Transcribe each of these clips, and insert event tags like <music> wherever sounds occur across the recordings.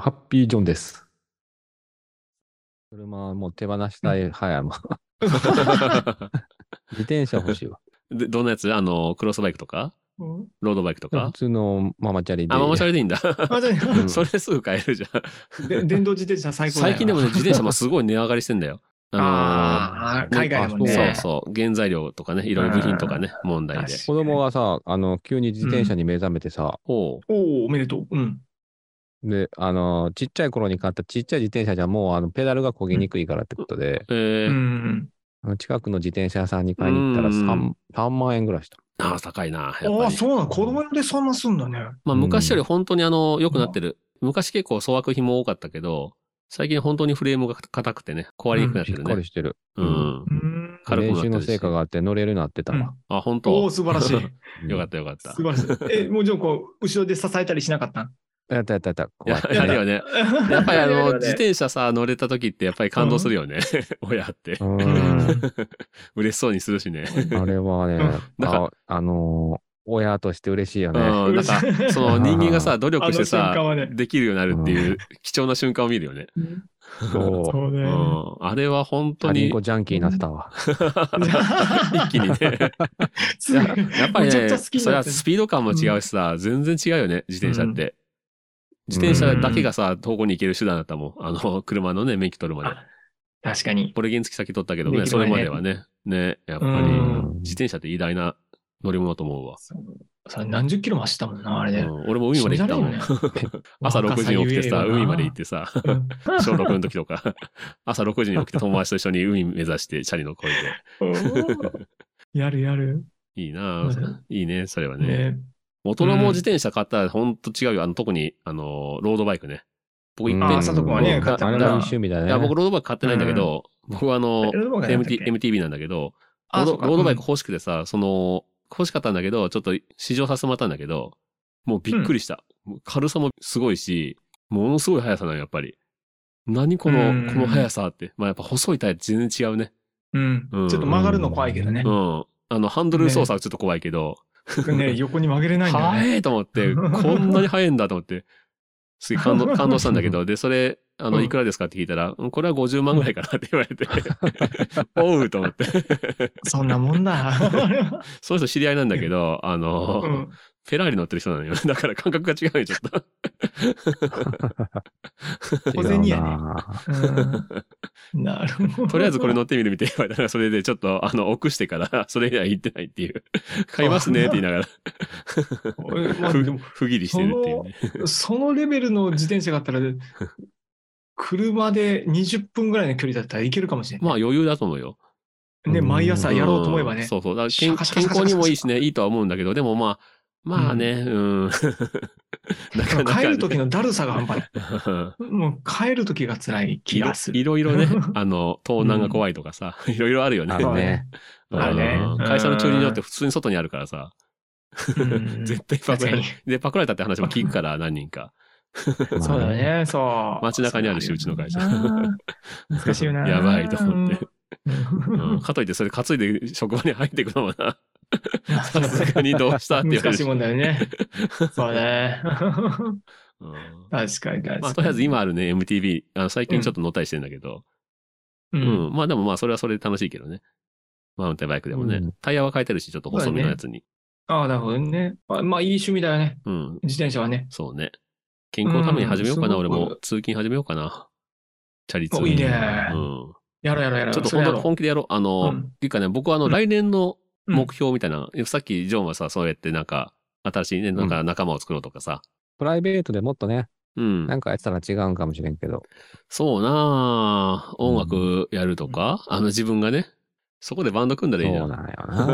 ハッピージョンです。車はもう手放したい。はい、もう自転車欲しい <laughs> わ。でどんなやつあの、クロスバイクとかロードバイクと普か通のママチャリで。あ、ママチャリリ。でいいんだ。あ、じゃあうんそれすぐ買えるじゃん。で電動自転車最高だよ最近でもね、自転車もすごい値上がりしてんだよ。ああー海外でものーね。そうそう。原材料とかね、いろいろ部品とかね、問題で。確か子供がさ、あの、急に自転車に目覚めてさ、ほう。おお、おめでとう。うん。で、あの、ちっちゃい頃に買ったちっちゃい自転車じゃもう、あの、ペダルが漕ぎにくいからってことで、えーうん。あの近くの自転車屋さんに買いに行ったらうん 3, 3万円ぐらいした。ああ、高いな。やっあぱあ、り。そうなの。子供用でそんなすんだね。まあ、昔より本当にあの、良くなってる。昔結構粗悪品も多かったけど、最近本当にフレームが硬くてね、壊れにくくなってしっるかねり。してる。うんう。ん。軽く練なって習のるし成果があって乗れるようになってたわ。あ、本お当お、素晴らしい。うんよかったよかった。素晴らしい。え、もうじゃあこう、後ろで支えたりしなかったんやったやったやった。こうやっ <laughs> ていや、あるよね。やっぱりあの、自転車さ、乗れた時ってやっぱり感動するよね。 <laughs> 親って。ううんん。嬉しそうにするしね。あれはね、なんかああのー親として嬉しいうよね。ん。なんか、その人間がさ、努あ力のして瞬間さ、はね。できるようになるっていう貴重な瞬間を見るよね。そう。そううね。ん。あれは本当パリンにコ、ジャンキーになってたわ。 <laughs> 一気にね。すごいやっぱりめちゃくね、ちゃ好きにそれなはってるスピード感も違うしさ、全然違うよね、自転車って。自転車だけがさ、遠くに行ける手段だったもん。あの、車のね、免許取るまで。あ確かに。これ原付先取ったけどでね、きそるれ前ねまではね。ね、やっぱりう、ん自転車って偉大な乗り物と思うわ。そうそれ何十キロも走ったもんな、あれうでん。俺も海まで行ったもん。信 <laughs> 朝6時に起きてさ、若さゆえよな海まで行って <laughs> さ、うん小6の時とか、朝6時に起きて友達と一緒に海目指して、チャリの声やるやる。で。いいなうんぁ。いいね、それはね。ね。大人も自転車買ったらほんと違うよ。あの、特に、あの、ロードバイクね。僕いっぺん、あーだ佐藤君はねうん買ったあもんれながいい趣味だかね。ら僕ロードバイク買ってないんだけど、僕はあの、ロードバイクなんだっけ MT MTB なんだけど、ロあーそドうかロードバイク欲しくてさ、その、欲しかったんだけど、ちょっと試乗させてもらったんだけど、もうびっくりした。もう軽さもすごいし、ものすごい速さなのよ、やっぱり。何この、うんこの速さって。まあやっぱ細いタイヤって全然違うね。うん。ちうょんっと曲がるの怖いけどねう。ん。あの、ハンドル操作はちょっと怖いけど、ね、横に曲げれないんだよね。速いと思 <laughs> って、こんなに速いんだと思って、すげえ感動、感動したんだけど、で、それ、あの、うんいくらですかって聞いたら、うんこれは50万ぐらいかなって言わ <laughs> れて、おうと思って。そんなも <laughs> んだ。その人知り合いなんだけど、あの、うんフェラーリ乗ってる人なのよ。 <laughs> だから感覚が違うよ、ちょっと。小銭やね違うなうんなるほど。とりあえずこれ乗ってみるみたいな言われたら、それでちょっと、あの、臆してから、それ以来行ってないっていう。 <laughs> 買いますねって言いながら、まあでも不義理してるっていうね。そのレベルの自転車があったら、車で20分ぐらいの距離だったらいけるかもしれない。まあ余裕だと思うよ。ね、毎朝やろうと思えばんね。そうそう。だからシ健ャカシャカ健シャカ康シャカにもいいしね、いいとは思うんだけど、でもまあ、まあね、うん。 <laughs> なかなかね帰る時のだるさが半端な <laughs> い。もう帰る時が辛い気がする。いろいろ <laughs> ね、あの、盗難が怖いとかさ、いろいろあるよね。あるね。うんあるね会社の駐輪場って普通に外にあるからさ、うん絶対パク確らかれに。で、パクられたって話も聞くから、何人か。そうだ。ね、そう。街中にあるしうちの会社そうなんだよな。難しいよな。やばいと思ってうん。うんかといって、それ担いで職場に入ってくのもな、さすがにどうしたって言われ難るしいし。もんだよね。そうね。 <laughs> うん確かに確かに。まあ、とりあえず今あるね、MTB、あの最近ちょっと乗ったりしてんだけど、う。うんん。まあでもまあ、それはそれで楽しいけどね。マウンテンバイクでもねうん。タイヤは変えてるし、ちょっと細身のやつに。ああ、なるほどね。まあ、まあいい趣味だよね。うん。自転車はね。そうね。健康のために始めようかな、うん俺すごもく。通勤始めようかな。チャリ通おいいねうん。やろうやろうやろう。ちょっとそれ本当やにろう本気でやろう。あの、うんっていうかね、僕はあの、うん来年のうん目標みたいな、さっきジョンはさ、そうやってなんか、新しいね、なんか仲間を作ろうとかさ。プライベートでもっとね、うん。なんかやってたら違うんかもしれんけど。そうなあ音楽やるとか、あの自分がね、そこでバンド組んだらいいじゃ。そうんな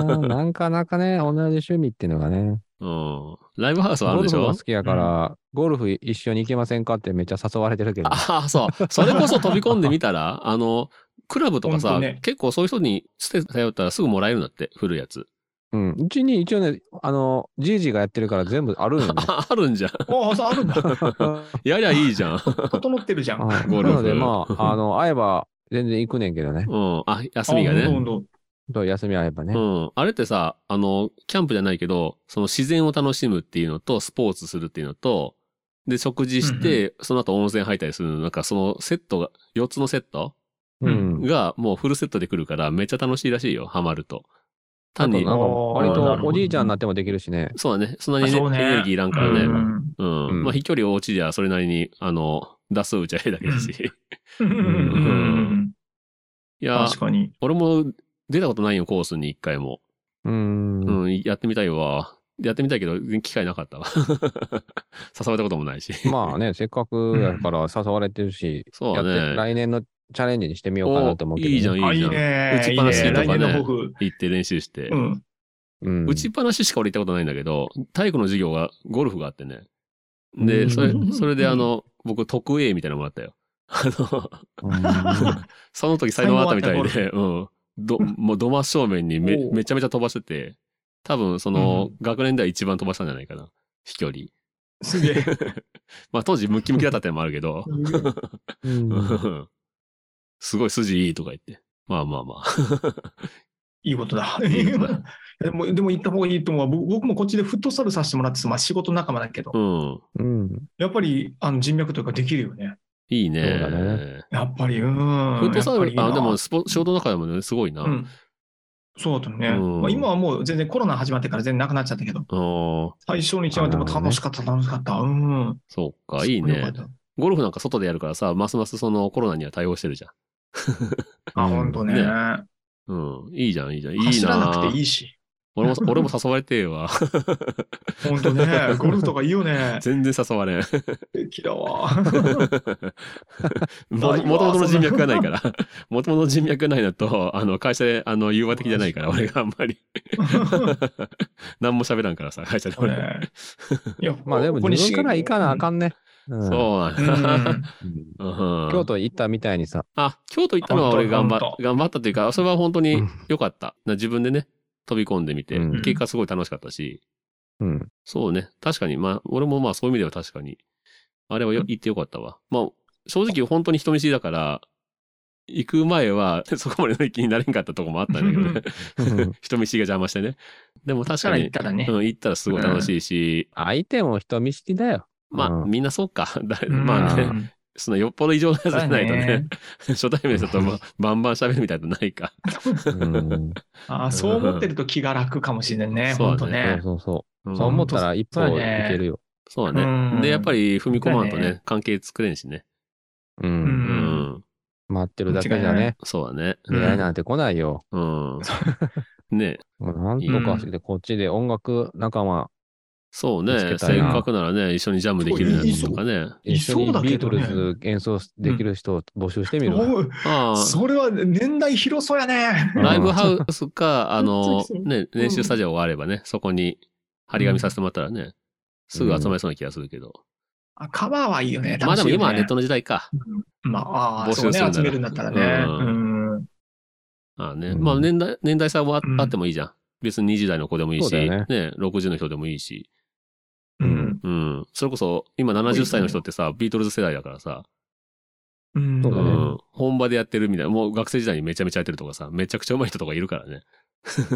んよな。なんかなかね、同じ趣味っていうのがね。うん。ライブハウスはあるでゴルしフょが好きやから、ゴルフ一緒に行けませんかってめっちゃ誘われてるけど。ああ、そう。それこそ飛び込んでみた <laughs> ら、あの、クラブとかほさ、んとね結構そういう人につて頼ったらすぐもらえるんだって、古いやつ。うん。うちに一応ね、あの、じいじがやってるから全部ある <laughs> んよね。 <laughs> ああるんじゃん。ああ、そうあるんだ。 <laughs> やりゃいいじゃん。整ってるじゃん。はい <laughs> ゴルフなので、ま <laughs> あ、あの、会えば全然行くねんけどね。うん。あ、休みがあほねん。とほんとそう休みあればねう。ん。あれってさ、あの、キャンプじゃないけど、その自然を楽しむっていうのと、スポーツするっていうのと、で、食事して、その後温泉入ったりするの、なんかそのセットが、4つのセットうん。がもうフルセットで来るから、めっちゃ楽しいらしいよ、ハマると。あと単なんにか、、割あーなるほとどおじいちゃんになってもできるしね。そうだね。そんなにあそうね、ねエネルギーいらんからね。うんうん。うんまあ、飛距離おうちじゃ、それなりに、あの、出す打ちゃええだけだし。うんうんうんうんいや確、かに。俺も出たことないよ、コースに一回も。う。うんん、やってみたいわ。やってみたいけど、機会なかったわ。 <laughs> 誘われたこともないし。まあね、せっかくやから誘われてるし、そうだやってね。来年のチャレンジにしてみようかなと思うけどね、おいいじゃん、あ、いいいじゃいん。ね。打ちっぱなしとかねいい来年の抱負。行って練習して。うん。うん打ちっぱなししか俺行ったことないんだけど、体育の授業がゴルフがあってね。で、それう、んそれであの、僕、特 A みたいなのもらったよ。 <laughs> あの、うんその時才能あったみたいで、うん。ど、もうど真正面にめおうめちゃめちゃ飛ばしてて、多分その、学年では一番飛ばしたんじゃないかな。飛距離。すげえ。まあ当時ムッキムキだったってのもあるけど、うんすごい筋いいとか言って。まあまあまいいことだ。いいことだ <laughs> でも、でも行った方がいいと思うわ。ぼ僕もこっちでフットサルさせてもらってて、まあ仕事仲間だけどあ。う、ん。うん。やっぱりあの人脈というかできるよね。いいね。そうだねやっぱり、うん。フットサやっぱルりいい、なあ、でも、スポ、仕事の中でもね、すごいな。うん。そうだったね。うんまあ、今はもう全然コロナ始まってから全然なくなっちゃったけど、あー最初に違うでも楽しかった、楽しかった。うん。そうか、いいね。ゴルフなんか外でやるからさ、ますますそのコロナには対応してるじゃあ、ほんとね。ねん。うん。いいじゃん、いいじゃん。いいな走らなくていいし。俺も、俺も誘われてえわ。ほんとね。ゴルフとかいいよね。 <laughs> 全然誘われん。素敵だわ。ももともとの人脈がない <laughs> から。もともとの人脈がないのと、あの、会社で、あの、融和的じゃないから、俺があんまり。 <laughs> 何も喋らんからさ、会社で <laughs> こ俺。れ。いや、まあでもここに自分から行かなあかんね。うんそううなんだ。ん。うんうん京。都行ったみたいにさ、あ、京都行ったのは本当俺頑張本当頑張ったというか、それは本当にうん良かった。な自分でね、飛び込んでみてう、ん結果すごい楽しかったし。うんそうね。確かに、まあ、俺もまあそういう意味では確かに。あれはよ行ってよかったわ。まあ、正直本当に人見知りだから、行く前は <laughs> そこまでの気になれんかったとこもあったんだけどね。 <laughs> 人見知りが邪魔してね。でも確かからに、行ったらね。うん、行ったらすごい楽しいし、相手も人見知りだよ。まあ、うんみんなそうか。 <laughs> 誰うんまあうね、そのよっぽど異常なやつじゃないとそうだね <laughs> 初ね、対面の人と、まあ、バンバン喋るみたいなのないか。うんあーそう思ってると気が楽かもしれないね。そうだほねんとね。そうそううそう。んそう思ったら一歩そう行だねけるよ。そうだうね。んで、やっぱり踏み込まんとだねね、関係作れんしね。う。うん。うんん。待ってるだけじゃ間違いなね、そうだね。うん出会いなんて来ないよ。うん。ねもうなんうとんかして、こっちで音楽仲間、そう見ね。つけたせいっなかくならね、一緒にジャムできるやつとかね。い一緒そうにだビけートどねルズ演奏できる人を募集してみるわ。おうああ。それは年代広そうやね。うんライブハウスか、あのそうそ、うね、練習スタジオがあればね、そこに張り紙させてもらったらね、すぐ集まりそうな気がするけど。あカバーはいいよね。まあでも今はネッねトの時代か。まあ、あ募あ、集そうねするなら集めるんだったらね。ううん。ああね。うんまあ年代、年代差はあうんあってもいいじゃん。別に20代の子でもいいそうし、だよねね、 60の人でもいいし。うん。うん。それこそ、今70歳の人ってさ、ビートルズ世代だからさ、うんそうだねうん本場でやってるみたいな、もう学生時代にめちゃめちゃやってるとかさ、めちゃくちゃ上手い人とかいるから <laughs> ね。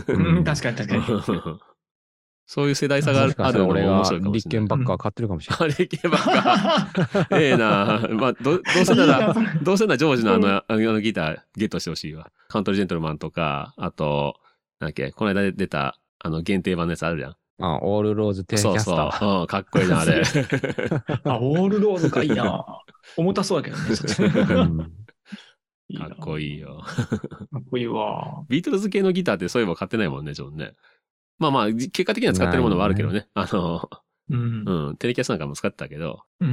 うん確かに確かに。そういう世代差があもるしかあしたるのもら俺が面白いかもし立れな憲い。ばっか買ってるかもしれあれいけばか。ええなまあ、 <laughs> ど、どうせな <laughs> ら、どうせならジョージのあうの、あのギターゲットしてほしいわ。カントリージェントルマンとか、あと、なんだっけ、この間出た、あの、限定版のやつあるじゃん。ない。あ、オールローズテレキそうャスターそは。う。うん、かっこいいな、あ <laughs> れ。 <laughs> あ、オールローズかいいな。重たそうだけどね、そっちうんい <laughs> いかなっこいいよ。かっこいいわ。ビートルズ系のギターってそういえば買ってないもんね、ジョンね。まあまあ、じ結果的には使ってるものはあるけどね。あの、うん。うん、テレキャスなんかも使ってたけど、う。うん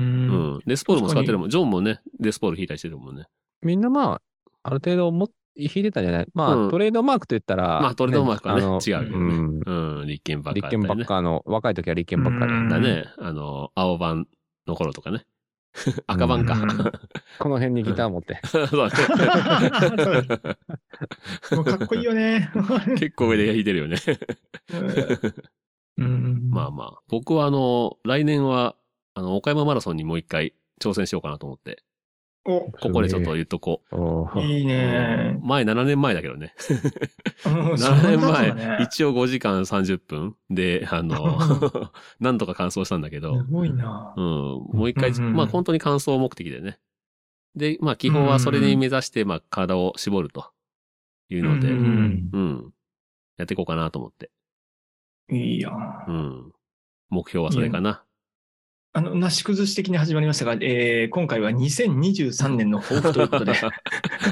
ん、レスポールも使ってるもん。ジョンもね、レスポール弾いたりしてるもんね。みんなまあ、ある程度持っ引いてたんじゃないまあ、うんトレードマークと言ったら、まあトレードマークはねあの違うよねんうん、立憲ばっか立憲ばっかの、若い時は立憲ばっかりうだんっただね。ね。あの、青番の頃とかね。赤番か。うんこの辺にギター持って。 <laughs> そうそうだねもうかっこいいよね。結構上で弾いてるよね。うんまあまあ。僕はあの、来年は、あの、岡山マラソンにもう一回挑戦しようかなと思って。お、ここでちょっと言っとこ。おー。いいうね。前7年前だけどね。 <laughs> うんそん7年な経つ前んだ、ね一応5時間30分で、あ <laughs> の、なんとか完走したんだけど。すごいなうん。。もう一回、うんうんうんまあ本当に乾燥目的でね。で、まあ基本はそれに目指して、まあ体を絞るというので、ううんん、うんやっていこうかなと思って。いいやんうん。目標はそれかな。あの、なし崩し的に始まりましたが、えー今回は2023年の抱負ということで、よ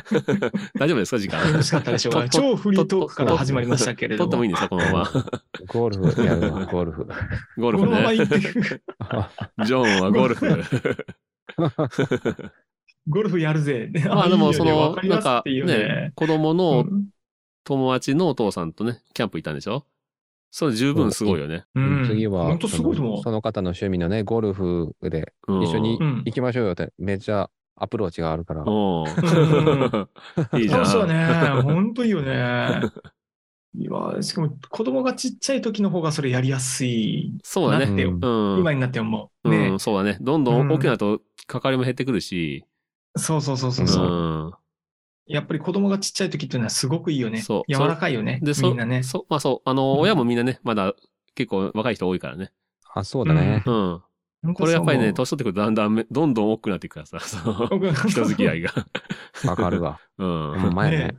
<laughs> 大丈夫ですか時間。ろしかったでしょうか。とと超フリートークから始まりましたけれど取ってもいも。いんですよ、このまま。ゴルフやるわ、ゴルフ。ゴ <laughs> こルのフままね。行ってく、ジョンはゴル <laughs> フ。ゴルフやるぜ。まあでもそいいよねのわ、かりなんますっかていうねね、。子供のうん友達のお父さんとね、キャンプ行ったんでしょそれ十分すごいよね。うん次は、本当すごいと思そのその方の趣味のね、ゴルフでうん一緒にうん行きましょうよって、めっちゃアプローチがあるから。おお。いいじゃ楽ん。 <laughs> しそうだね。本当いいよね。いや、しかも子供がちっちゃい時の方がそれやりやすい。そうだなね。って、うんうん。今になって思う。うねん、。そうだね。どんどん大きくなると、関わりも減ってくるし、そうそうそうそううそう。ん。やっぱり子供がちっちゃい時っていうのはすごくいいよね。そう柔らかいよね。で、そ、みんなね。そ、まあそう、あの、親もみんなね、まだ結構若い人多いからね。 <laughs> あ、そうだね。うん。本当これやっぱりね、そう年取ってくるとだんだんめ、どんどん多くなっていくからさ、 <laughs> その、思う人付き合いが。わかるわ。う。うんん、前ねね。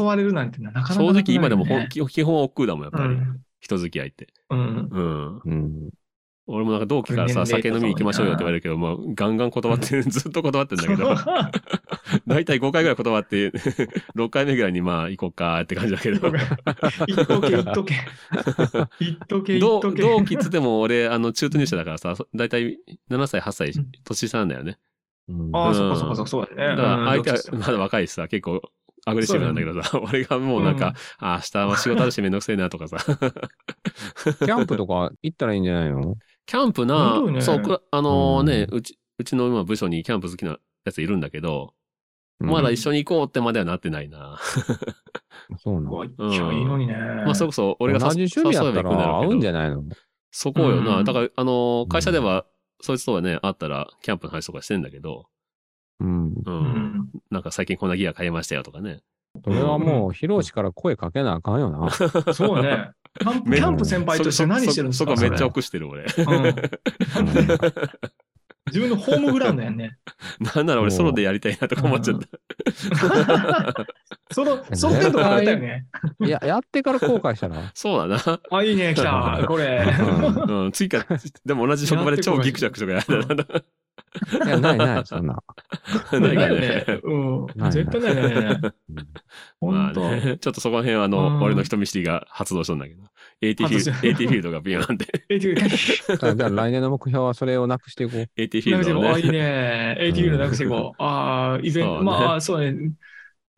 誘われるなんてなかなかな正く直ないよね今でもほん、基基本億劫だもん、やっぱり。人付き合いって。うん。うん。うん。うん。俺もなんか同期からさ、これ年齢酒飲みに行きましょうよって言われるけど、まあ、ガンガン断って、ずっと断ってんだけど。だいたい5回ぐらい断って、6回 <laughs> 目ぐらいにまあ行こうかって感じだけ <laughs> ど。言っとけ、言っとけ。言っとけ、言同っとけ。同期っつっても俺、あの、中途入社だからさ、だいたい7歳、8歳、年下なんだよね。うんうああ、んそっかそっかそっか、そうだだね。から相手はうんまだ若いしさ、結構アグレッシブなんだけどさ、俺がもうなんか、あ明日は仕事あるしめんどくせえなとかさ。 <laughs> キャンプとか行ったらいいんじゃないのキャンプな本当、にねそう、くらあのうんね、うち、うちの今部署にキャンプ好きなやついるんだけど、まだ一緒に行こうってまではなってないな。うんそうなうのわいやいいのにね。まあそれこそ俺が同さじ趣味やっ誘たえば行くだらろうけ合どうんじゃないのそこよな。うんだから、あのんー、会社では、そいつとはね、会ったら、キャンプの話とかしてんだけど、うん。う。うんん。なんか最近こんなギア買いましたよとかね。それはもう、ヒロシから声かけなあかんよな。そうね。キャンプめキャンプ先輩として何してるんですそかこそこめっちゃそ臆してる <laughs> 俺。れうん自分のホームグラウンドやんね。なんなら俺ソロでやりたいなとか思っちゃった。その、その程度だったよね。いや、やってから後悔したら。そうだあ、いいね、来た。これ。うんな。うん。次か、でも同じ職場で超ギクシャクとかやらな。いや、ないない、そんな。ないなかいよねね。。う。なんい絶対ないよね。ま本あ当。ね、ちょっとそこら辺はあうんの、俺の人見知りが発動したんだけど。AT フィールド、発動 AT フィールドがビヨーンって。え、てか、だからだから来年の目標はそれをなくしていこう。 AT フィーなくルてドも、をあ、いいね。ね。ATV のなくても、ああ、イベンそうト、ねまあ、そうね。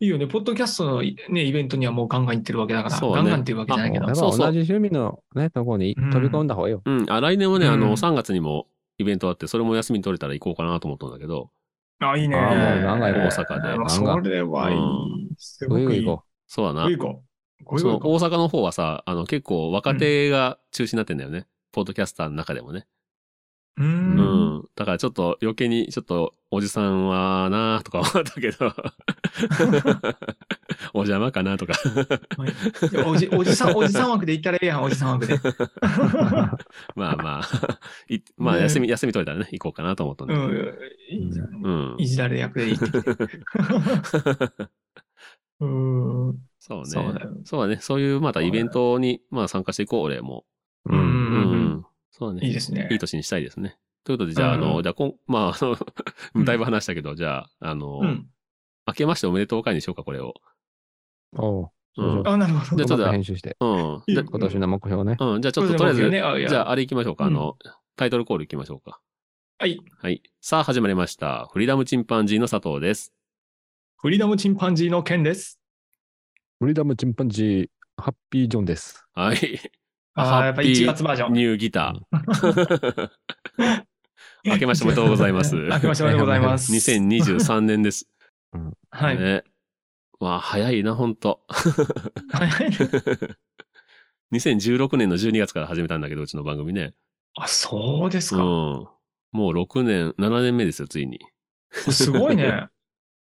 いいよね。ポッドキャストのね、イベントにはもうガンガン行ってるわけだから、そうねガンガンっていうわけじゃないけどだから。そう同そうじ趣味のね、とこにうん飛び込んだ方がいいよ。うん。あ、来年はね、あうんの、3月にもイベントあって、それも休み取れたら行こうかなと思ったんだけど、あ、いいね。あーもうガンガ行ンこう大阪でまあそれはいい。すごぐいくぐいいい。行こそうだなご。いこう。ごいそのこ大阪の方はさ、あの結構若手が中心になってんだよね。ポッドキャスターの中でもね。う。う。うんん。だからちょっと余計に、ちょっとおじさんはなーとか思ったけ <laughs> ど、お邪魔かなとか。 <laughs> いやおじ、おじさん、おじさん枠で行ったらええやん、おじさ <laughs> ん枠で。まあまあ、いまあね休み、休み取れたらね、行こうかなと思ったんうだけど。ん。いいじゃんうん。いじられ役で行ってきて。うん。 <laughs> そうね。そうだよ。そうだね。そういうまたイベントに、まあ参加していこう、俺も。う。ううんん。そうだいいね。ですねいい。年にしたいですね。ということで、じゃあ、あうの、んじゃあ、こんまあ、 <laughs> あの、だいぶ話したけど、じゃあ、あのう、ん。明けましておめでとう会にしようか、これを。おう。そうそう。あ、なるほじどゃあ。うまく編集して。うん。いいじゃよ今年の目標ね。うん、じゃあちょっととりあえず、ね、あいやじゃああれ行きましょうか。うあんの、タイトルコール行きましょうか。はい。はい。さあ始まりました。フリーダムチンパンジーの佐藤です。フリーダムチンパンジーの件です。フリーダムチンパンジー、ハッピージョンです。はい。ああ、ハやッっピぱー1月バージョン。ニューギター。 <laughs> <laughs> 明けましておめでとうございます明けましておめでとうござ <laughs> います。 2023年です。はい。ね。まあ、早いな、ほんと。はい2016年の12月から始めたんだけど、うちの番組ね。 <laughs> あ、そうですうん。か。もう6年、7年目ですよ、ついに。すごいね。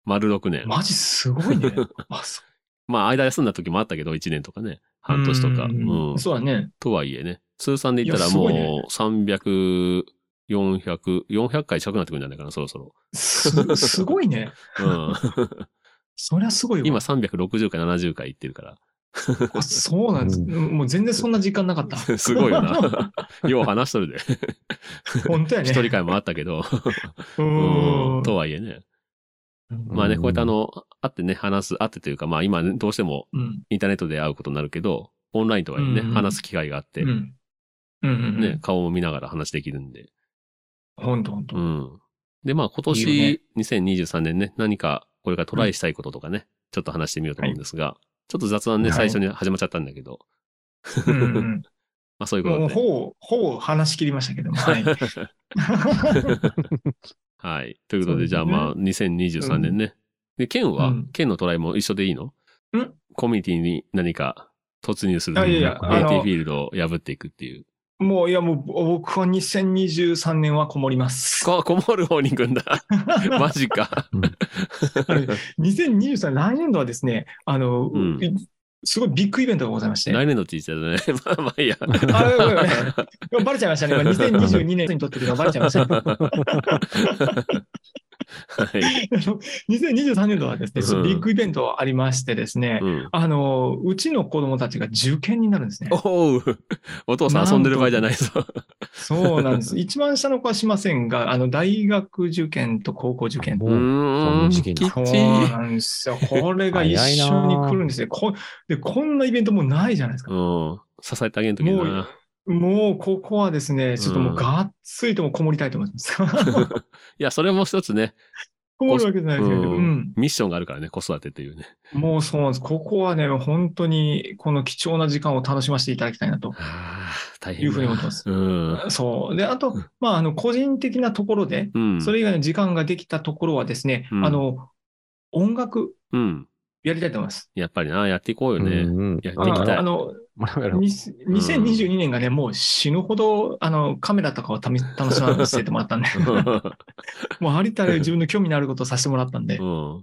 丸6年。マジすごいね。あ、そまあ、間休んだ時もあったけど、1年とかね。半年とか。うんう。そうだね。とはいえね。通算で言ったらいやすもごういね300、400、400回近くなってくるんじゃないかな、そろそろ。すすごいね。うん。そりゃすごい <laughs> わ。今360回、70回いってるから。あそうなんです。うもう全然そんな時間なかった。 <laughs> すごいよな。 <laughs> よう話しとるで。本当やね。一人会もあったけど。ううんん。とはいえね。うんまあね、こうやってあうん、の、会ってね、話す、会ってというか、まあ今ねどうしてもうん。インターネットで会うことになるけど、オンラインとかでね、うんうん話す機会があって、うん。うんうん。ね、。顔も見ながら話できるんで。ほんとほんとう。ん。で、まあ今年、いいよ2023年ね、何かこれからトライしたいこととかね、ちょっと話してみようと思うんですが、ちょっと雑談ね、は最い初に始まっちゃったんだけど、う <laughs> んうんまあそういううことん。もうで。ほぼ、ほぼ話し切りましたけども。はい。はい。ということで、そうですねじゃあまあ2023年ね。で、県は、うん県のトライも一緒でいいのんコミュニティに何か突入するあいやいやコミュニテあィのフィールドを破っていくっていう。もう、いや、もう、僕は2023年はこもります。こ、 <laughs> こもる方に行くんだ。 <laughs> マジか。 2023年、来年度はですね、あの、うんすごいビッグイベントがございまして。来年度って言っちゃったね。 <laughs> まあまあいいや。あごめんごめんバレちゃいましたね。今2022年に撮ってるのがバレちゃいました。 <laughs> はい。 2023年度はですね、うんビッグイベントありましてですね、うん、あの、うちの子供たちが受験になるんですね。おう、お父さん遊んでる場合じゃないぞ。そうなんです。一番下の子はしませんが、あの、大学受験と高校受験。うー、そんなん時期きなっそうちい。なんですよ。これが一緒に来るんですね。こで、こんなイベントもうないじゃないですか。うん。支えてあげんときもなう。もう、ここはですね、ちょっともううんがっつりともこもりたいと思います。 <laughs> いや、それも一つね、こもるわけじゃないですけど、うんうん。ミッションがあるからね、子育てっていうね。もうそうなんです。ここはね、本当にこの貴重な時間を楽しませていただきたいなとああ、大変いだ。うふうに思ってます。うん。そう。で、あとうん、まあ、あの、個人的なところで、うん。それ以外の時間ができたところはですね、うんあの、音楽うん。やりたいと思います。やっぱりな、やっていこうようんね。うんやっていきたあいのああの、もらえるに2022年がね、もう死ぬほど、あの、カメラとかをたみ楽しませてもらったんで、 <laughs> もうありたら自分の興味のあることをさせてもらったんで <laughs> う、ん。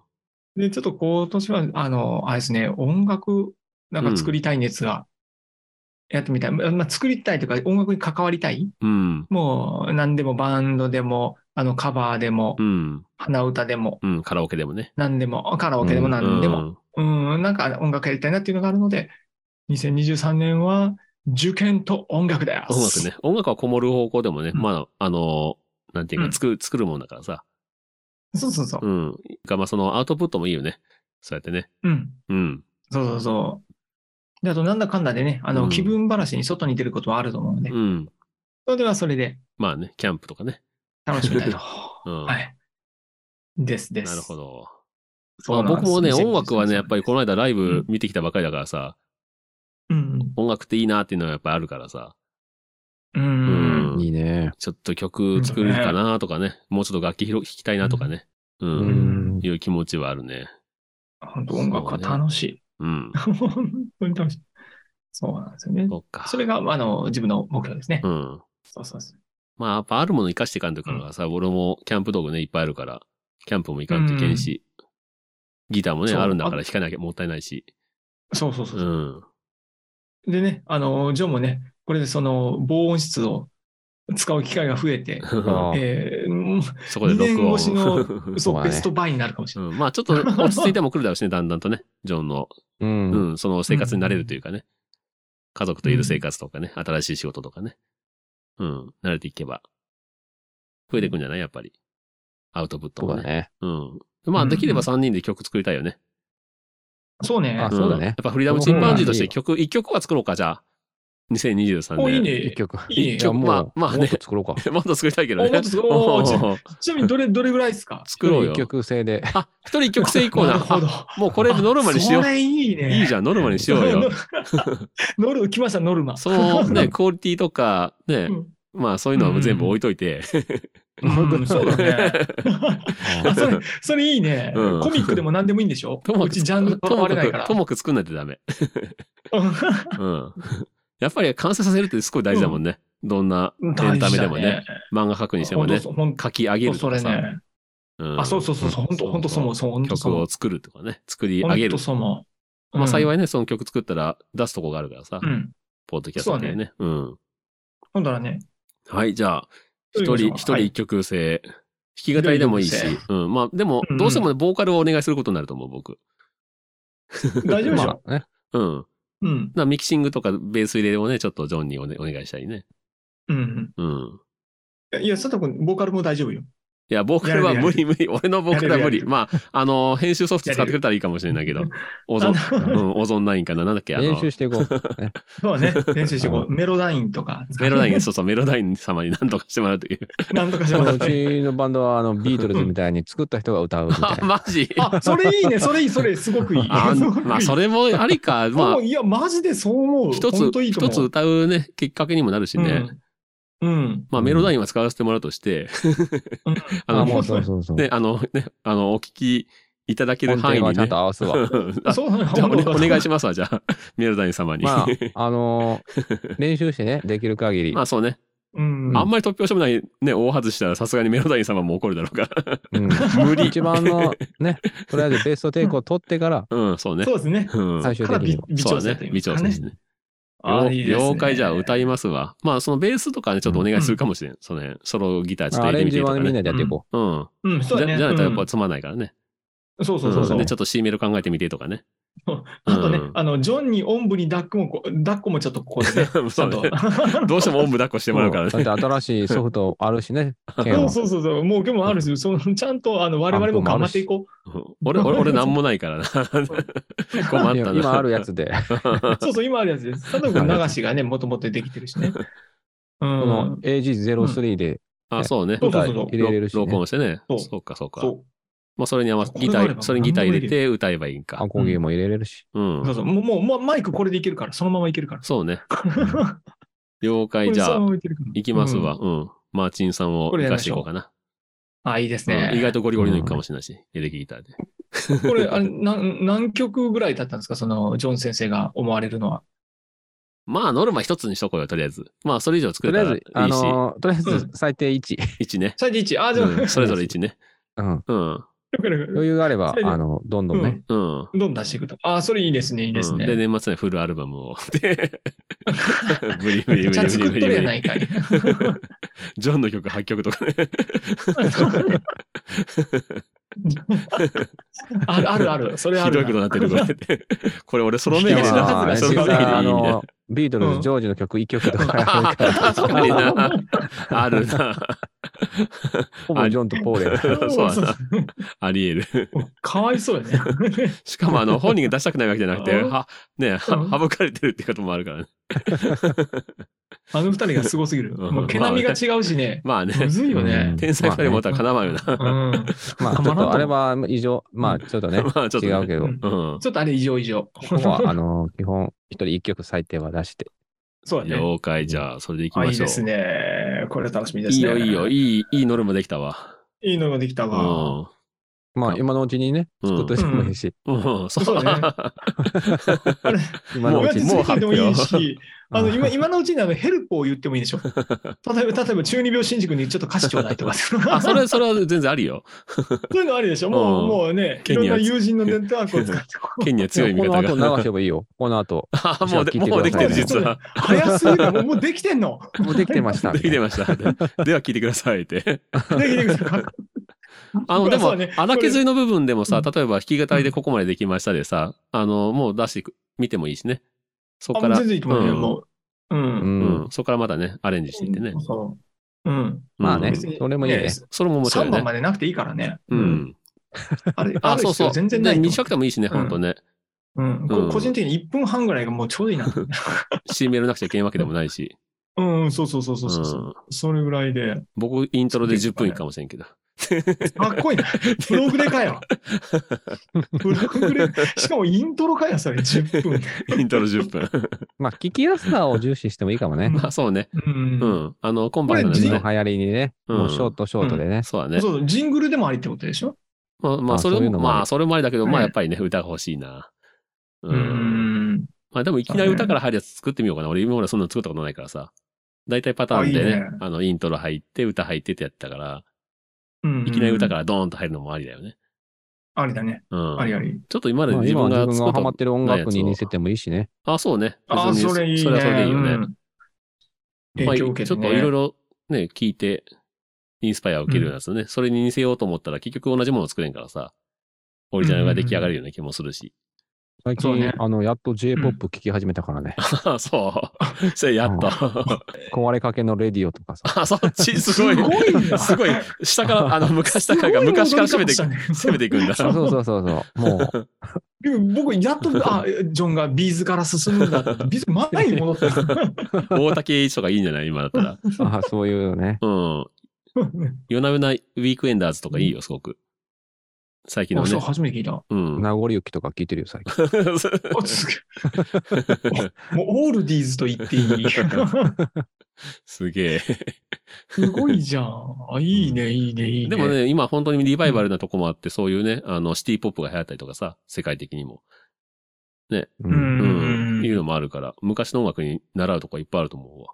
で、ちょっと今年は、あの、あれですね、音楽なんか作りたいんですが、やってみたい。ままあ、作りたいというか、音楽に関わりたい。うん。もう、何でもバンドでも、あの、カバーでもう、ん。鼻歌でも、うん。カラオケでもね。何でも、カラオケでもう何でも、ん。うん、なんか音楽やりたいなっていうのがあるので、2023年は受験と音楽だよ。音楽ね。 <laughs> 音楽はこもる方向でもね、うんまあ、あの、なんていううか、ん作る、作るもんだからさ。そうそうそうう。ん。が、まあ、そのアウトプットもいいよね。そうやってね。うん。うん。そうそうそう。で、あと、なんだかんだでね、あうの、ん気分晴らしに外に出ることはあると思うので、うん。それではそれでまあね、キャンプとかね。楽しみた <laughs> いと。うん。はい。ですです。なるほど。そうまなあん僕ですもね、音楽はね、やっぱりこの間ライうブん見てきたばかりだからさ、うん音楽っていいなっていうのはやっぱりあるからさ、うん。うん。うんいいね。ちょっと曲作るかなとかね、もうちょっと楽器広弾きたいなとかね、う、うんん。いう気持ちはあるね。本当音楽は楽しい。うん。本当に楽しい。そうなんですよね。そっか。それが、あの、自分の目標ですね。うん。そうそうそう。まあ、やっぱあるもの生かしていかんというからさ、俺もキャンプ道具ね、いっぱいあるから、キャンプも行かんといけんし、ギターもね、そうあるんだから弾かなきゃもったいないし、そうそうそうう。ん。でね、あの、ジョンもね、これでその、防音室を使う機会が増 <laughs> えて、あえーうんそこで録音。二年越そうそう、だねベストバイになるかもし <laughs> れうん、まあちょっと落ち着いても来るだろうしね、 <laughs> だんだんとね、ジョンの、う。うんん、その生活に慣れるというかね、家族といる生活とかね、新しい仕事とかね、うん、慣れていけば、増えていくんじゃないやっぱり。アウトプットそうもだね。ね。うん。まあできれば3人で曲作りたいよね。ない。そうねあ。そうだんねやっぱフリーダムチンパンジーとして曲、1曲は作ろうか、じゃあ。 2023年。お、いい一ね。曲。いいね一曲まあもう、まあねもっと作ろうか。 <laughs> もっと作りたいけどおもねっ。とすごいちおーちなみにどれ、どれぐらいですか作ろう一よ。曲制で。あ、一人一曲制いこう <laughs> な。なる <laughs> ほどあ。もうこれノルマにしよ。あそうれいいね。いいじゃん、ノルマにしようよ。ノル、来ました、ノルマ。そのね、クオリティとか、ね、うんまあそういうのは全部置いといて。うんそうだね。 <laughs> <laughs> あそれ、それいいね。うんコミックでも何でもいいんでしょともうくちジャンルと問もわくれないから <laughs> と。もく作んないとダメ。うん <laughs> うん。やっぱり完成させるってすごい大事だもんね。どんなエンタメでもね、。漫画描くにしても本当ね、そう本当書き上げるそとかれさ。ね。うんあ、そうそうそうそう、本当本当そう思う、そう、本当そう曲思うを。作るとかね、作り上本げ当る。そう思う。まあ幸い。いね、その曲作ったら出すとこがあるからさう、ん。ポッドキャストっていうね。うん。今度はね、はい、じゃあ、一どうい人、うの一でしょう人一曲制。弾き語りでもいいし一人一曲。うん。まあ、でもうんう、んどうしてもねボーカルをお願いすることになると思う、僕。はい大丈夫でしょま <laughs> あねうん。だかうん。らミキシングとかベース入れをね、ちょっとジョンにお,、ね、お願いしたりね。うん。うん。いや、佐藤君、ボーカルも大丈夫よ。いや、ボーカルはやれる無理無理。俺のボーカルは無やれるやれ理。るまあ、あの、編集ソフト使ってくれたらいいかもしれないけど。オゾン、あのうん、オゾンナインかな。なんだっけ、あ練の、習していこう。ねそう <laughs> ね、練習してこう。メロダインとか、メロダイン、そうそう、メロダイン様に何とかしてもらうという。 <laughs> なんとかしあまのすうちのバンドはあのビートルズみたいに作った人が歌うみたい <laughs> <laughs> あ、な。マジあ、それいいね、それいい、それ、すごくいい。あ、 <laughs> すごくいいまあ、それもあり <laughs> か。まあそう、いや、マジでそう思う。一本つ、当いい一と思うつ歌うね、きっかけにもなるしね。うん。うん。まあ、メロダインは使わせてもらうとして、うん <laughs> あの、あ、ももうそうそうそうう。ね、あの、ね、あの、お聞きいただける本範囲編はにちゃんねと。合わすわ。あそうなの <laughs> じゃあお,、ね、お願いししますわ、じゃあ。 <laughs> メロダイン様に。ま <laughs> まあ、あのー練習して <laughs> ね、できる限り。あ、そうね。うん。あんまり突拍子もないね、大外したらさすがにメロダイン様も怒るだろうから。 <laughs> うん無理一番のね、とりあえずベストテイクを取っ <laughs> てから、うん、そうねそ。うですね。うん。最終から的微には。微そ調う整だとね。い微う調か整でねす。ね。あーいいですね了解じゃあ歌いますわ。まあ、そのベースとかね、ちょっとお願いするかもしれん。その辺、ソロギターちょっとア入れレてみてンジとはかねみんね。なでやっていこうん。うん、じそうゃだじね。ゃないとやっうぱんつまんないからね。そうそうそうそうで、。ちょっと C メロ考えてみてとか <laughs> ね。あとねうん、あの、ジョンにおんぶに抱っこもこ、抱っこもちょっとここで <laughs> ねそうね、ちゃんと。 <laughs> どうしてもおんぶ抱っこしてう。もらうからうんね。だって新しいソフトある <laughs> しね、剣そはうそうそうそう、もう今日もあるし、そのちゃんとあの我々も頑張っていこ <laughs> 俺、俺、俺なんもない <laughs> からな。困ったな。今あるやつで、う。そうそう、今あるやつです。佐藤君流しがね、もともとできてる <laughs> しね。うこのん。 AG03 であ、そうね。そう歌そういそう入れれるし、録ね、音してね。そうそうか、そうか。そまあ、それに合わせこて、ギれタがあれー、ばそれにギター入れ何でて歌えばいいんかア。コギも入れれるし、う。う。そうんそう。もう、もう、もうマイクこれでいけるから、そのままいけるから。そうね。は了解。じゃあ、い行きますわ。。うん。マーチンさんをこ生れやりかましてしいょうこうかな。あ、いいですうん意ね。外とゴリゴリの行くかもしれないし、エレキギターで。これ、あれ、なん何曲ぐらいだったんですか、その、ジョン先生が思われるのは。まあ、ノルマ一つにしとこうよ、とりあえず。まあ、それ以上作とれりあたらえずい、あいし、のーとりあえうず最低1、 1ね。最低1。あ、じゃあ、うんそれ <laughs> ぞれ1ね。うん、うん。余裕があればそれ、であの、どんどんね、うん。どんどん出していくと。あ、それいいですね、いいですね。うんで、年末にフルアルバム <laughs> を。で、ブリブリブリブリブリブリ。ちゃんと作っとるやないかい。ジョンの曲8曲とかね。 <laughs> あるあるある。それあひどるいことになってるこれ。これ俺ソロ名義いでやまあな。ねソロ名義でいいみあたいのービートルうんズ、ジョージの曲1曲とかな。あるから、 <laughs> 確 <laughs> かにな。あるな。ほぼジョンとポーレン。そうだな。あり得る。かわいそうやね。 <laughs> しかもあの、本人が出したくないわけじゃなくて、うんは、ね、うはん省かれてるってこともあるからね。あの二人がすごすぎる。うんもう毛並みが違うしね。まあねむ。ずいよね。天才二人もまたかなわんよな。うん。まあ、ちょっとあれは異常、まあ、ちょっと <laughs> ね、まあちょっと違ねうけど、うんうん。ちょっとあれ異常異常。ここは、あのー基本、一人一曲最低は出して。 <laughs> そうやね。了解、じゃあ、それでいきあ、まいいしょでう。すね。これ楽しみですいね。いよ、いいよ、いいい、いいノルマできたわ。いのができたうわ。ん。まあ、今のうちにね、うん作っといてもいいし、うん、そうそうねあれ、今のもう今ちに。もうついてでもいい発し、あの、今、今のうちにあの、ヘルプを言ってもいいでしょ。例えば、例えば、中二病新宿にちょっと歌詞ちょうだいとか。 <laughs> <laughs> あ、それ、それは全然あるよ。そういうのありでしょもう、うんもうね、いケろんニアな友人のネットワークを使って。ケニア強いこ味の方後流が。せばいいよ。この後。あ、もうで、もうできてる、実は。早すぎる。もうもうできてん <laughs> の。もうできてました。できてました。 <laughs> では聞いてくださいって。できてるから。あの、でそもうね、荒削りの部分でもさ、こ例えば弾き語りでここまでできましたでさ、あの、もう出してみてもいいしね。そこあ、もから、う全然いいと思うよ、うんもう。うん。ううんん。。そこからまだね、アレンジしていってね。そう。うん。まあうねん別にそれもいいねそれも面白い3よ番ね。までなくていいからね。う。ん。あれ、ああ、るそう必そ要う。全然ないと思う。短くてもいいしね、うんほんとね。うん。こうん個人的に1分半ぐらいがもうちょ <laughs> うどいいな。 C メールなくちゃいけないわけでもないし。うんうん、そうそうそううそうそうそう、ん、それぐらいで。僕、イントロで10分いくかもしれん <laughs> けど。かっこいいな。ブログで <laughs> かよ。ブログで。しかもイントロかよ、それ。10分。イントロ10分。まあ、聞きやすさを重視してもいいかも <laughs> ね。まあ、そうね。うん。うん。あの、コンパクトなこやれつ今のね流。行りにね、うんもうショートショートでね。そうだねそ。うそう、ジングルでもありってことでしょまあ、まあ、あそれそうでいうも、のもあるまあ、それもありだけど、まあ、うんやっぱりね、歌が欲しいな。う。うんん。まあ、でも、いきなり歌から入るやつ作ってみようかな。俺、今までそんなの作ったことないからさ。大体パターンであいいねね、あの、イントロ入って、歌入ってってやったから、うんいきなり歌からドーンと入るのもありだよね。ら。ありだね。うん。ありあり。ちょっと今までまあ自今分自が分作がっハマったてる音楽に似せてもいいしね。あ、そうね。ああ、別にそれいいそれね。はそれでいいよね。うんまあ、影ち響ょをっと受いけて、ね。ろいろね、聞いて、インスパイアを受けるようなやつね。それに似せようと思ったら、結局同じものを作れんからさ、オリジナルが出来上がるような気もするし。最そう近、ねあの、やっと J-POP 聞き始めたか <laughs> らね。あそう。 <laughs> それやっと。壊れかけのレディオとかさ。あ、そっちすごい。すごいなすごい。下から、あの、昔下からが昔から攻めて、攻めていくんだ。そうそうそうそう。も <laughs> う、でも僕、やっと、あ、ジョンがビーズから進む <laughs> んだって。ビーズ前に戻った。大竹栄一とかいいんじゃない今だったら。あそういうね。うん。夜な夜なウィークエンダーズとかいいよ、すごく。最近のあそう、ね。初めて聞いた。うん。名残雪とか聞いてるよ、最 <laughs> 近。あすげえもうオールディーズと言ってい <laughs> い。すげえ。すごいじゃん。あいいね、いいね、いいでね。も、ね、今本当にリバイバルなとこもあって、そういうね、あの、シティポップが流行ったりとかさ、世界的にも。う。うんうんん。いうう。のもあるから、昔の音楽に習うとこいっぱいあると思うわ。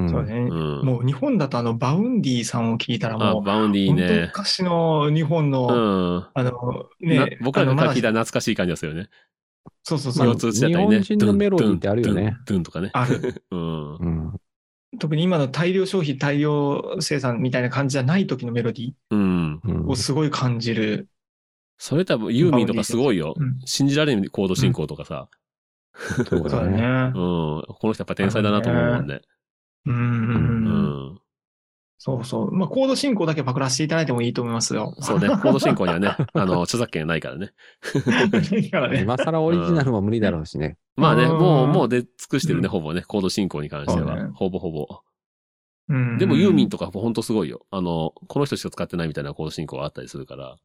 うんんそうね。うん。もう日本だとあの、バウンディさんを聞いたらあ、もバウンデう、ィ本当ね。昔の日本の、うん。あの、なね、僕らがあのまだ聞いた懐かしい感じですよね。そうそうそま腰う。痛打ちだったりね。日本人のメロディーってあるよねドゥンドゥンドゥンドゥンとかね。ある。うん。うん。特に今の大量消費、大量生産みたいな感じじゃない時のメロディうん。うーんをすごい感じる。それ多分ユーミンとかすごいようん。信じられんコード進行とかさ。そうそうだだうね。ん。ね。この人やっぱ天才だなと思うもんね。うんううんうん。ん。そうそう。まあ、コード進行だけパクらせていただいてもいいと思います <laughs> よ。 <laughs> そうね。コード進行にはね、あの、著作権ないからね。だからね。今更オリジナルも無理だろうしね。まあね、うんもう、もう出尽くしてるうね、んほぼね、コード進行に関してそうは。ねほぼほぼ。 <laughs> うんでもユーミンとかほんとすごいよ。あの、この人しか使ってないみたいなコード進行があったりするから。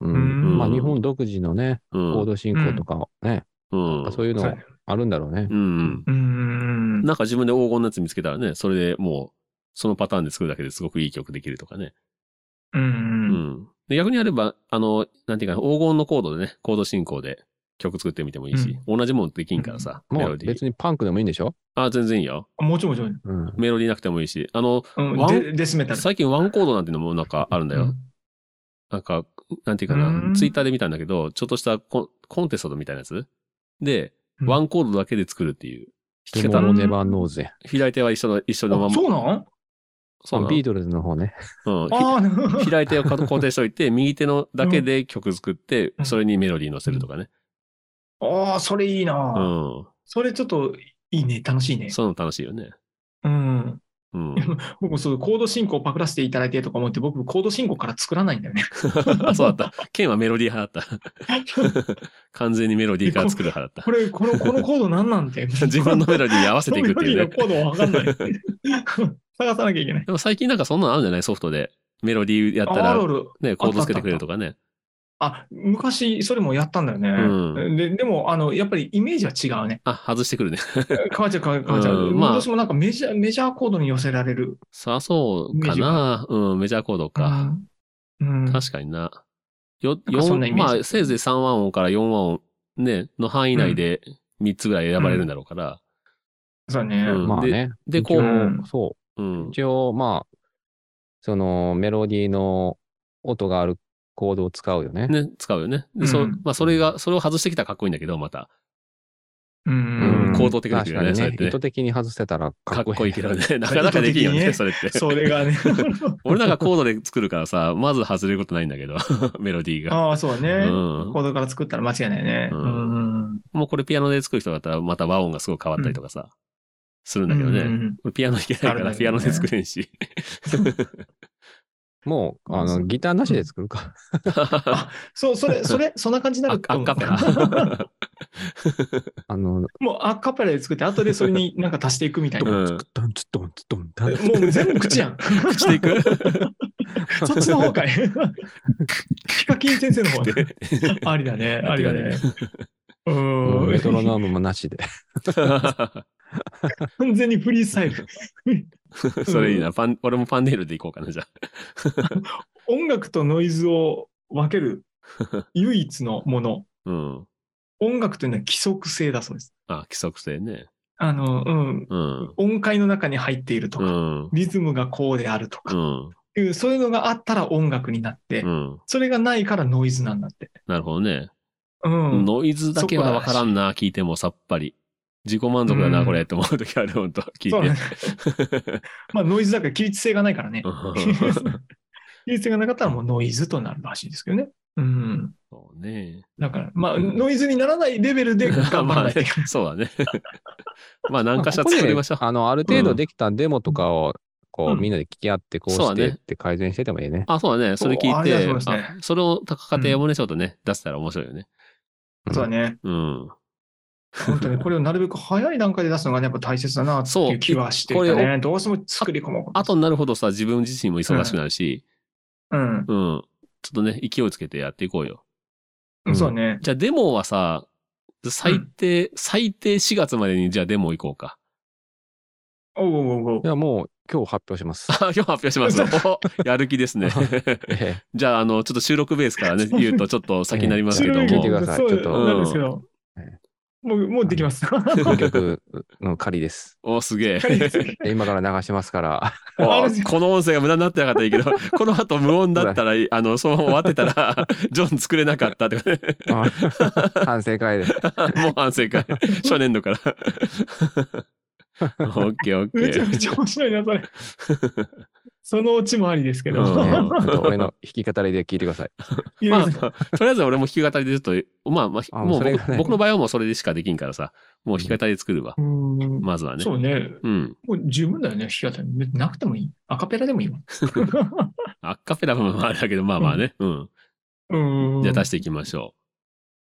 ううんん。まあ、日本独自のね、うコーん。ド進行とかね、うん。そういうそうのねあるんだろうね。うん。うん。なんか自分で黄金のやつ見つけたらね、それでもう、そのパターンで作るだけですごくいい曲できるとかね。う。うんん。で逆にあれば、あの、なんていうかな、黄金のコードでね、コード進行で曲作ってみてもいいし、同じもんできんからさ、メもロうディー。別にパンクでもいいんでしょあ、全然いいよ。もちろんもちろん。うん。メロディーなくてもいいし、あの、うんワンデデスメタル。最近ワンコードなんてのもなんかあるんだよ。なんか、なんていうかうな、んツイッターで見たんだけど、ちょっとしたコンコンテストみたいなやつで、うんワンコードだけで作るっていう。弾きでも方ものうネバーノーぜ。左手は一緒の、一緒のまあま。そうなんそうなビートルズの方ね。のうん。ああ、ひ左手を固定しといて、右手のだけで曲作ってう、んそれにメロディー乗せるとかね。ああ、それいいうな。ん。それちょっといいね。楽しいね。そういうの楽しいよね。うん。うん。僕もそう、コード進行パクらせていただいてとか思って、僕、コード進行から作らないんだ <laughs> よね。そうだった。ケンはメロディー派だった。 <laughs> 完全にメロディーから作る派 <laughs> だっこれ、この、このコード何なんて。た。 <laughs> 自分のメロディーに合わせていくっていうメロねデ。 <laughs> ィーのコードわかんない。 <laughs> 探さなきゃいけない。でも最近なんかそんなのあるんじゃないソフトで。メロディーやったああるあら、る。ね、コードつけてくれるとかね。あ、昔、それもやったんだよね。うででも、あの、やっぱりイメージは違 <laughs> うね。あ、外してくるね。かわちゃう、かわかわちゃう。うんまあ私もなんかメジャー、メジャーコードに寄せられる。さあ、そうかな。うん、メジャーコードか。うん。うん。確かにな。よ、なんかそんな四イメージまあ、せいぜい3和音から4和音、ね、の範囲内で3つぐらい選ばれるんだろうから。そうだね。うんまあね。でこうう一ん応そうう。ん。一応、まあ、そのメロディーの音があるコードを使うよね。ね、使うよね。で、そ、うんまあ、それが、それを外してきたらかっこいいんだけど、また。ううんん。行動的です確よかねにそうやねってね意図的に外せたらかかっっここいいいいけどね。 <laughs> なかなかできんよ意ね、図それって。それがね。 <laughs> 俺なんかコードで作るからさ、まず外れることないんだけど、 <laughs> メロディーが。 <laughs> ああ、そうだね。うんコードから作ったら間違いないね。うんうん。もうこれピアノで作る人だったら、また和音がすごい変わったりとかさ、するんだけどうね。ん俺ピアノ弾けないかあるんだら、けどピアノねで作れんし。もう、あその、うギターなしで作るか。そ <laughs> う、それ、それ、そんな感じになあるとア思うカペラ。あの、 <laughs> もうアカペラで作って、後でそれになんか足していくみたいな。も <laughs> うん。ドンツドンツドンタン。う全部口やん。していく。 <laughs> そっちの方かい。ヒカキン先生の方ね。ありだね、ありだね。ううんメトローん。ノームもなしで。完全にフリースタイル。それいいな。パン、俺もパンデールでいこうかな、じゃあ。音楽とノイズを分ける唯一のもの。うん。音楽というのは規則性だそうです。あ、規則性ね。あの、うん。うん。音階の中に入っているとうか、ん。リズムがこうであるとうか、ん。いうそういうのがあったら音楽になってう、ん。それがないからノイズなんだって。なるほどね。うん。ノイズだけはわからんな、聞いてもさっぱり。自己満足だうな、んこれ、と思うときある、ほんと。聞そうだいね。 <laughs> て。まあノイズだから規律性がないからね。うん規律性がなかったらもうノイズとなるらしいですけどね。うん。 <laughs> そうね。だから、まあ、ノイズにならないレベルで頑張ら <laughs> まなあいといね、けない。そうだね。まあ、ま何あかしらここで作りましょう。あの、ある程度できたデモとかを、こうう、んみんなで聞き合って、こうそうしだてねって改善してでもいいね。あ、そうだね。それ聞おいありがとうてご、ざいまあすそれを家庭もね、ちょっとね、出せたら面白いよね。そうだね。うん。本当にこれをなるべく早い段階で出すのがねやっぱ大切だなってそいうう気はしてこれるをね。どうしても作り込もう。後になるほどさ、自分自身も忙しくなるし、うん。うん。ちょっとね、勢いつけてやっていこうよ。うんそうね。じゃあ、デモはさ、最低、最低4月までに、じゃあデモ行こうか。 <laughs> おうおうおうおういや、もう、今日発表 <laughs> します。あ今日発表します。おやる気です <laughs> ね。えじゃあ、あの、ちょっと収録ベースからね、言うとちょっと先になりますけど聞いてくも。ださいそうちょっとなんですけどうん。もう、もうできます。えこの曲の仮です。お、す <laughs> げえ。で今から流しますから、あおれですこの音声が無駄になってなかったらいいけど、 <laughs> この後無音だったら、あの、そのまま終わってたら、 <laughs> ジョン作れなかったってことね。 <laughs> あ <laughs> 反省会です。もう反省会。初年度 <laughs> から。オッケーオッ <laughs> めケちゃー。めちゃ面白いな、それ。そのうちもありですけど。うんねちょっと俺の弾き語りで聞いてください。いやまあ、とりあえず俺も弾き語りでちょっと、まあまあ、あもうそれ僕,、がね僕の場合はもうそれでしかできんからさ、もう弾き語りで作るわ。うんまずはね。そうね。うん。もう十分だよね、弾き語り。なくてもいい。アカペラでも <laughs> いいわ。アッカペラもあれだけど、まあまあね。うん。うんじゃあ足していきましょ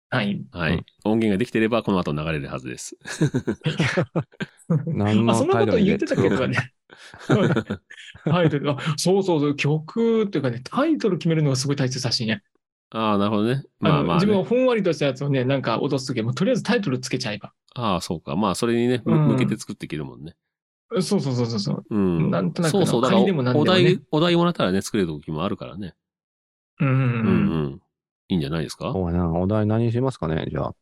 はい。う。はういん。音源ができてれば、この後流れるはずです。何あ、そのんなタことイトル言っでてたけ <laughs> どね。タイトル、あ、そうそうそう、曲っていうかね、タイトル決めるのがすごい大切だしね。ああ、なるほどね。あのまあまあ、自分はね。ふんわりとしたやつをね、なんか落とすときは、もうとりあえずタイトルつけちゃえば。ああ、そうか。まあ、それにね、むうん向けて作っていけるもんね。そうそうそうそうそう。うん。なんとなくそうのそう。だから仮でも何でおもね題、お題もらったらね、作れる時もあるからね。うんううんんうん。うん。いいんじゃないですかそうやな。お題何にしますかねじゃあ。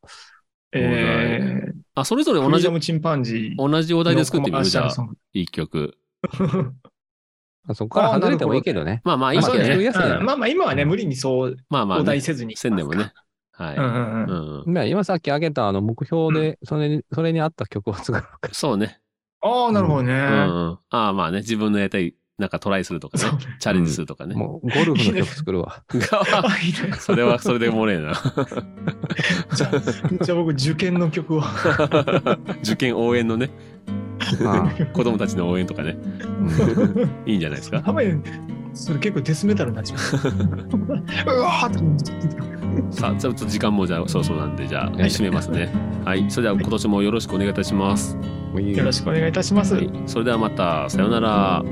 えー、あ、それぞれ同同じじム、チンパンジーの同じお題で作ってみコマーるシじャゃルあ、ソング。一曲。あそこからあー外れてもいいけどね。まあまあ、いいあけそどうまあ作りね。やすいねうんまあまあ、今はね、無理にそうまあまあお題ね、せずに。。せんでもね。はいうんうんう。うんん。ね今さっき挙げたあの目標で、それに、それに合った曲を作ろうか。そうね。ああ、なるほどね。うんうん。ああ、まあね、自分のやりたい、なんかトライするとかそうね。チャレンジするとかね。もうゴルフの曲作るわ。あいいね <laughs> それは、それでおもれえな。じゃあ、じゃあ僕、受験の曲を。受験応援のね、あ子供たちの応援とかね。あうんいいんじゃないですかたまにそれ結構デスメタルになっちゃう。うわーってさあ、ちょっと時間もじゃあ、そろそろなんで、じゃあ、はい締めますね。はい。それでは、今年もよろしくお願いいたします。よろしくお願いいたします。はい。それではまた、さようなら。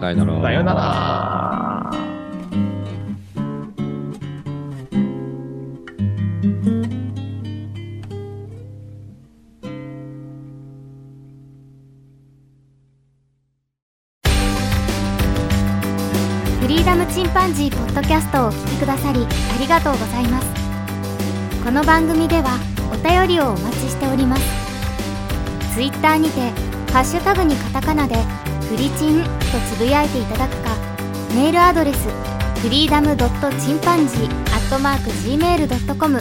さよなら。さようなら。フリーダムチンパンジーポッドキャストをお聞きくださりありがとうございますこの番組ではお便りをお待ちしておりますツイッターにてハッシュタグにカタカナでフリチンとつぶやいていただくかメールアドレスフリーダムドットチンパンジーアットマーク gmail.com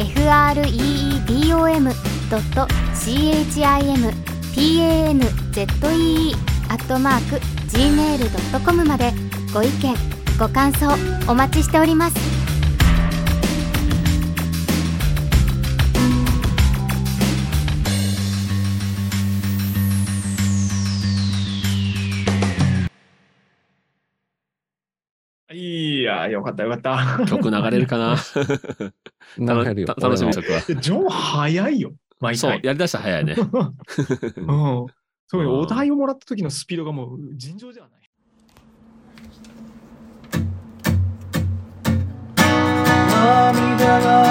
freedom ドット chimpanzee アットマーク gmail.com までご意見ご感想お待ちしておりますやー、よかったよかった。曲流れるかな <laughs> 流れるよ。た楽しみ俺は曲は。でジョン早いよ、毎そう回、。やりだしたら早いね。うん。そううんよお題をもらった時のスピードがもう尋常ではない。涙が